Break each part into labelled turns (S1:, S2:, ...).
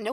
S1: No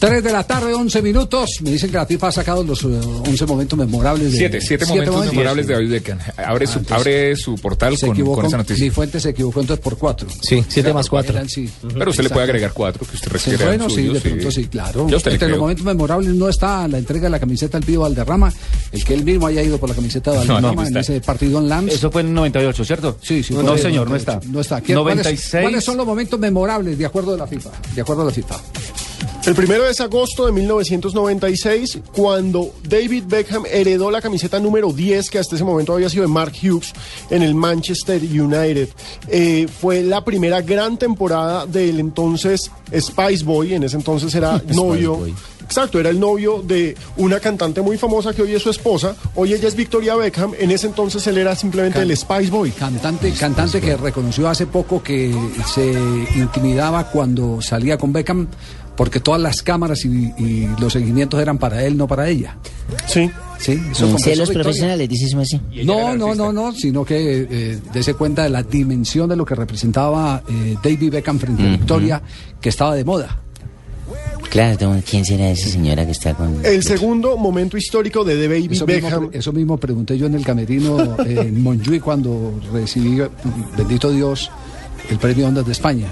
S2: 3 de la tarde, 11 minutos. Me dicen que la FIFA ha sacado los eh, 11 momentos memorables. De,
S3: Siete, siete momentos memorables de David Beckham. Abre, su,
S2: Ah, entonces,
S3: abre su portal
S2: Se
S3: con,
S2: equivocó,
S3: con esa noticia.
S2: Mi fuente se equivocó entonces por 4.
S4: Sí, 7 más 4.
S3: Pero usted le puede agregar cuatro que usted requiere.
S2: Bueno, sí,
S3: suyos,
S2: de pronto sí, claro.
S3: Yo a usted le
S2: Entre los
S3: creo.
S2: momentos memorables no está la entrega de la camiseta al Pío Valderrama, el que él mismo haya ido por la camiseta de Valderrama
S3: no
S2: en
S3: está.
S2: ese partido en Lams.
S4: Eso fue en 98, ¿cierto?
S2: Sí, sí.
S4: No,
S2: fue de
S4: señor, no
S2: 98.
S4: está.
S2: No está. ¿Quién- cuáles-
S4: 96.
S2: ¿Cuáles son los momentos memorables de acuerdo a la FIFA? De acuerdo a la FIFA.
S5: El primero es agosto de 1996, cuando David Beckham heredó la camiseta número 10, que hasta ese momento había sido de Mark Hughes, en el Manchester United. Eh, fue la primera gran temporada del entonces Spice Boy, en ese entonces era novio.
S4: Boy.
S5: Exacto, era el novio de una cantante muy famosa que hoy es su esposa. Hoy ella es Victoria Beckham. En ese entonces él era simplemente el Spice Boy.
S2: Cantante, cantante que reconoció hace poco que se intimidaba cuando salía con Beckham porque todas las cámaras y, y los seguimientos eran para él, no para ella.
S5: Sí.
S2: Sí,
S6: Mm.
S2: eso confesó
S7: Celos
S2: Victoria.
S7: profesionales, dices así.
S3: Y ella
S2: No,
S3: era
S2: no,
S3: artista.
S2: no, no, sino que eh, dése cuenta de la dimensión de lo que representaba eh, David Beckham frente a Victoria, que estaba de moda.
S7: Claro, don- ¿quién será esa señora que está con.?
S5: El segundo momento histórico de The Baby
S2: Eso
S5: Beckham.
S2: mismo, pre- eso mismo pregunté yo en el camerino eh, en Montjuic cuando recibí, bendito Dios, el premio Ondas de España.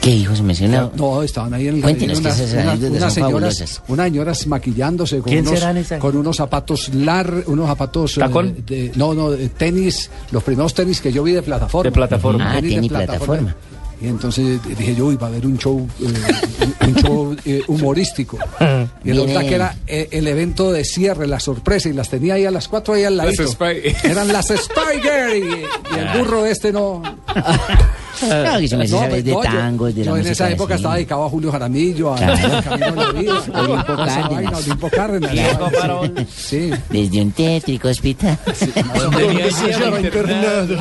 S7: ¿Qué hijos mencionó?
S2: No, estaban ahí en el
S7: Cuéntenos,
S2: gabinete
S7: que esas anécdotas son
S2: señoras,
S7: fabulosas.
S2: unas señoras maquillándose con
S4: ¿Quién
S2: unos,
S4: serán esas?
S2: con unos zapatos lar, unos zapatos eh,
S4: ¿Tacón?
S2: de- no, no, de tenis, los primeros tenis que yo vi de plataforma.
S4: De plataforma.
S7: Ah, tenis plataforma.
S2: Y entonces dije yo, iba a haber un show, eh, un- un show eh, humorístico. Y
S7: Bien.
S2: resulta que era eh, el evento de cierre, la sorpresa, y las tenía ahí a las cuatro ahí al ladito.
S3: Spy-
S2: Eran las Spiger y, y
S7: Ah.
S2: el burro este no,
S7: Claro, que se me
S2: no,
S7: sabe
S2: pues,
S7: de
S2: no, yo-
S7: tangos, de la
S2: yo en
S7: música
S2: esa
S7: de
S2: época
S7: cine.
S2: estaba dedicado a Julio Jaramillo, a
S7: Claro.
S2: Camino a la Vida, a
S7: Olimpo
S2: toda esa
S7: Cárdenas.
S2: vaina, Olimpo Cárdenas.
S4: Olimpo
S2: Sí,
S4: Farol.
S2: Sí.
S7: Desde un tétrico hospital.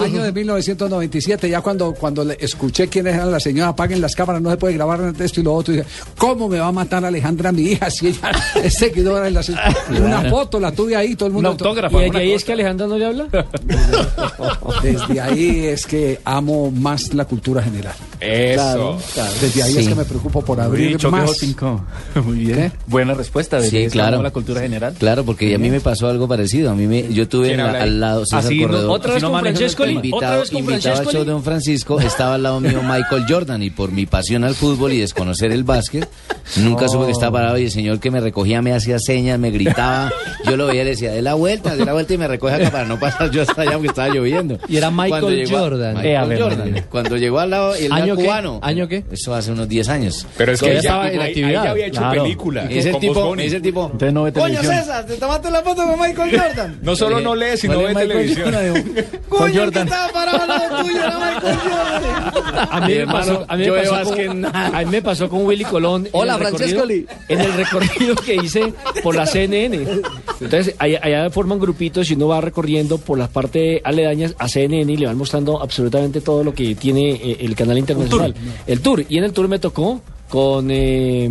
S2: Año de 1997, ya cuando, cuando le escuché quiénes eran las señoras, apaguen las cámaras, no se puede grabar esto y lo otro. Y dije, ¿cómo me va a matar Alejandra, mi hija, si ella es seguidora de las. Una foto la tuve ahí, todo el mundo.
S3: Un autógrafo, alguna cosa.
S4: que Alejandro no le habla?
S2: Desde ahí es que amo más la cultura general.
S3: Eso.
S2: Desde ahí es
S7: Sí.
S2: que me preocupo por abrir más.
S4: Muy bien.
S2: ¿Qué?
S4: Buena respuesta de
S6: Sí, claro.
S4: la cultura general.
S6: Claro, porque a mí me pasó algo parecido. A mí me, yo tuve
S3: ¿Quién
S6: en la-
S3: habla ahí?
S6: al lado César
S4: Así no-
S6: Corredor.
S4: otra vez
S6: Así no
S4: con
S6: manejo
S4: Francescoli,
S6: el tema.
S4: otra
S6: Invitado,
S4: vez con
S6: invitado al show
S4: Francescoli.
S6: de Don Francisco, estaba al lado mío Michael Jordan y por mi pasión al fútbol y desconocer el básquet, nunca supe que estaba parado y el señor que me recogía me hacía señas, me gritaba. Yo lo veía y le decía, de la vuelta, de la vuelta y me recoge acá para no pasar yo hasta allá porque estaba lloviendo.
S4: Y era Michael
S6: Cuando llegó a-
S4: Jordan.
S6: Michael
S4: Eh, a ver,
S6: Jordan.
S4: María.
S6: Cuando llegó al lado, él era
S4: ¿Año qué?
S6: cubano.
S4: ¿Año qué?
S6: Eso hace unos 10 años.
S3: Pero es que
S4: Todavía
S3: ella,
S4: estaba en
S3: ahí- ahí
S4: actividad.
S3: ya había hecho
S4: Claro.
S3: película.
S6: Es el
S3: con Bugs
S6: tipo,
S3: Bunny.
S6: es el tipo.
S4: Entonces no ve
S6: Coño
S4: televisión".
S6: César, te tomaste la foto con Michael Jordan.
S3: No
S4: eh,
S3: solo no lee, sino ve televisión.
S4: Con Jordan.
S6: parado al lado tuyo, era Michael Jordan.
S8: A mí me pasó, a mí me
S6: Yo de
S8: pasó
S6: básquet,
S8: con,
S6: nada.
S8: a mí me pasó con Willy Colón. en
S6: Hola,
S8: el recorrido-
S6: Francescoli.
S8: En el recorrido que hice por la CNN. Entonces, allá, allá forman grupitos y uno va recorriendo por las partes aledañas a CNN y le van mostrando absolutamente todo lo que tiene eh, el canal internacional. El tour. Y en el tour me tocó con... eh,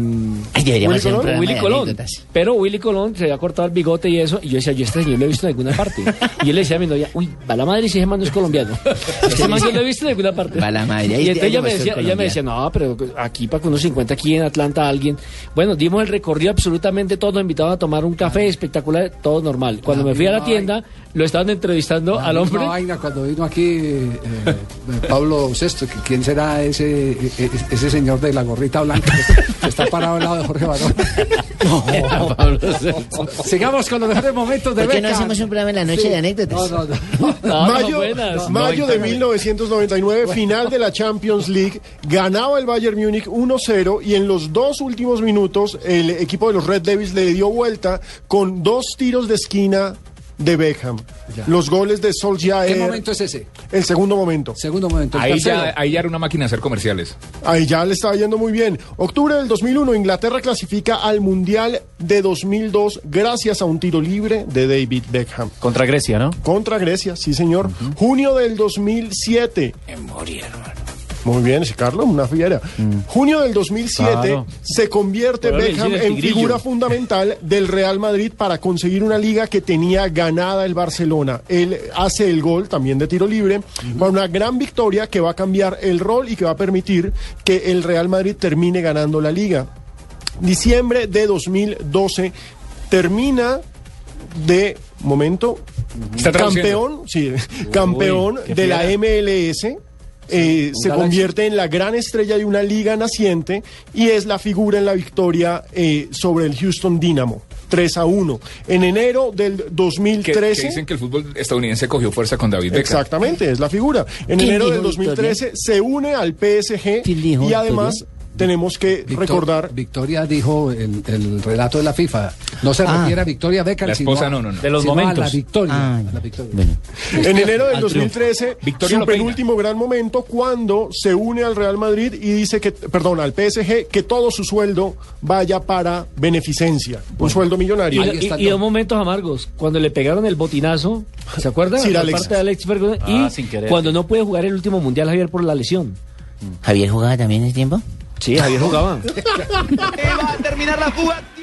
S7: Ay, deberíamos hacer un programa
S8: Willy
S7: de
S8: Colón.
S7: anécdotas.
S8: Pero Willy Colón se había cortado el bigote y eso. Y yo decía, yo este señor lo he visto en alguna parte. Y él le decía a mi novia, uy, va la madre si ese man no es colombiano. Este man yo lo he visto en alguna parte.
S7: Va la madre, ahí
S8: Y entonces
S7: ya
S8: ella
S7: llegó
S8: me,
S7: a ser
S8: decía, ella me decía, no, pero aquí para que uno se encuentre aquí en Atlanta alguien. Bueno, dimos el recorrido absolutamente todo. Nos invitaban a tomar un café espectacular, todo normal. Cuando me fui a la tienda, lo estaban entrevistando al hombre.
S2: Una vaina cuando vino aquí eh, eh, Pablo VI, que quién será ese, eh, eh, ese señor de la gorrita blanca que está- que está parado al lado de Jorge Barón. Sigamos con los mejores momentos de
S7: ¿Por qué no
S2: Beckham.
S7: hacemos un programa en la noche de
S2: No,
S7: anécdotas?
S2: no, no.
S8: Ah, No, no,
S5: mayo,
S8: buenas.
S5: mayo de 1999, final de la Champions League, ganaba el Bayern Múnich 1-0 y en los dos últimos minutos el equipo de los Red Devils le dio vuelta con dos tiros de esquina de Beckham. Los goles de
S2: ¿Qué
S5: Solskjaer.
S2: momento es ese?
S5: el segundo momento.
S2: Segundo momento. el
S3: Ahí
S2: tercero.
S3: ya, eh, ahí ya era una máquina de hacer comerciales.
S5: Ahí ya le estaba yendo muy bien. Octubre del 2001, Inglaterra clasifica al Mundial de 2002 gracias a un tiro libre de David Beckham.
S4: Contra Grecia, ¿no?
S5: Contra Grecia, sí señor. Junio del 2007.
S6: Memoria, hermano.
S5: Muy bien, ese Carlos, una fiera. Junio del 2007
S4: Mm. Claro.
S5: se convierte
S4: Puedo
S5: Beckham
S4: decir el
S5: en
S4: tigrillo.
S5: figura fundamental del Real Madrid para conseguir una liga que tenía ganada el Barcelona. Él hace el gol también de tiro libre con una gran victoria que va a cambiar el rol y que va a permitir que el Real Madrid termine ganando la liga. Diciembre de 2012 termina de momento
S3: Está traduciendo.
S5: campeón, sí, campeón
S4: qué
S5: de la
S4: fiera.
S5: MLS. eh, se
S2: Galaxy.
S5: convierte en la gran estrella de una liga naciente y es la figura en la victoria eh, sobre el Houston Dynamo 3 a 1 en enero del
S3: Que,
S5: 2013
S3: que dicen que el fútbol estadounidense cogió fuerza con David Beckham.
S5: Exactamente, es la figura. En
S7: ¿Quién
S5: enero
S7: dijo
S5: del 2013
S7: Victoria?
S5: se une al PSG
S7: ¿Quién dijo
S5: y además tenemos que
S2: Victor-
S5: recordar
S2: Victoria dijo el, el relato de la FIFA. No se
S7: Ah.
S2: refiere a Victoria Beckham,
S3: La esposa,
S2: sino a-
S3: no, no, no.
S4: De los
S2: sino a
S4: momentos.
S2: la victoria.
S7: Ah,
S2: a la victoria.
S7: bueno.
S5: En enero del
S4: Al triunfo.
S5: 2013,
S3: Victoria
S5: su
S3: Lopeina.
S5: penúltimo gran momento cuando se une al Real Madrid y dice que, perdón, al PSG, que todo su sueldo vaya para beneficencia, un sueldo
S8: Y,
S5: millonario.
S2: Ahí está el
S8: y- y
S2: don.
S8: dos momentos amargos. Cuando le pegaron el botinazo, ¿se acuerdan?
S5: Sí,
S8: la
S5: Alex.
S8: parte de Alex Ferguson.
S4: Ah,
S8: y
S4: sin querer.
S8: cuando no puede jugar el último mundial, Javier, por la lesión.
S7: ¿Javier jugaba también ese tiempo?
S8: Sí, Javier jugaba.
S4: Va a terminar la fuga.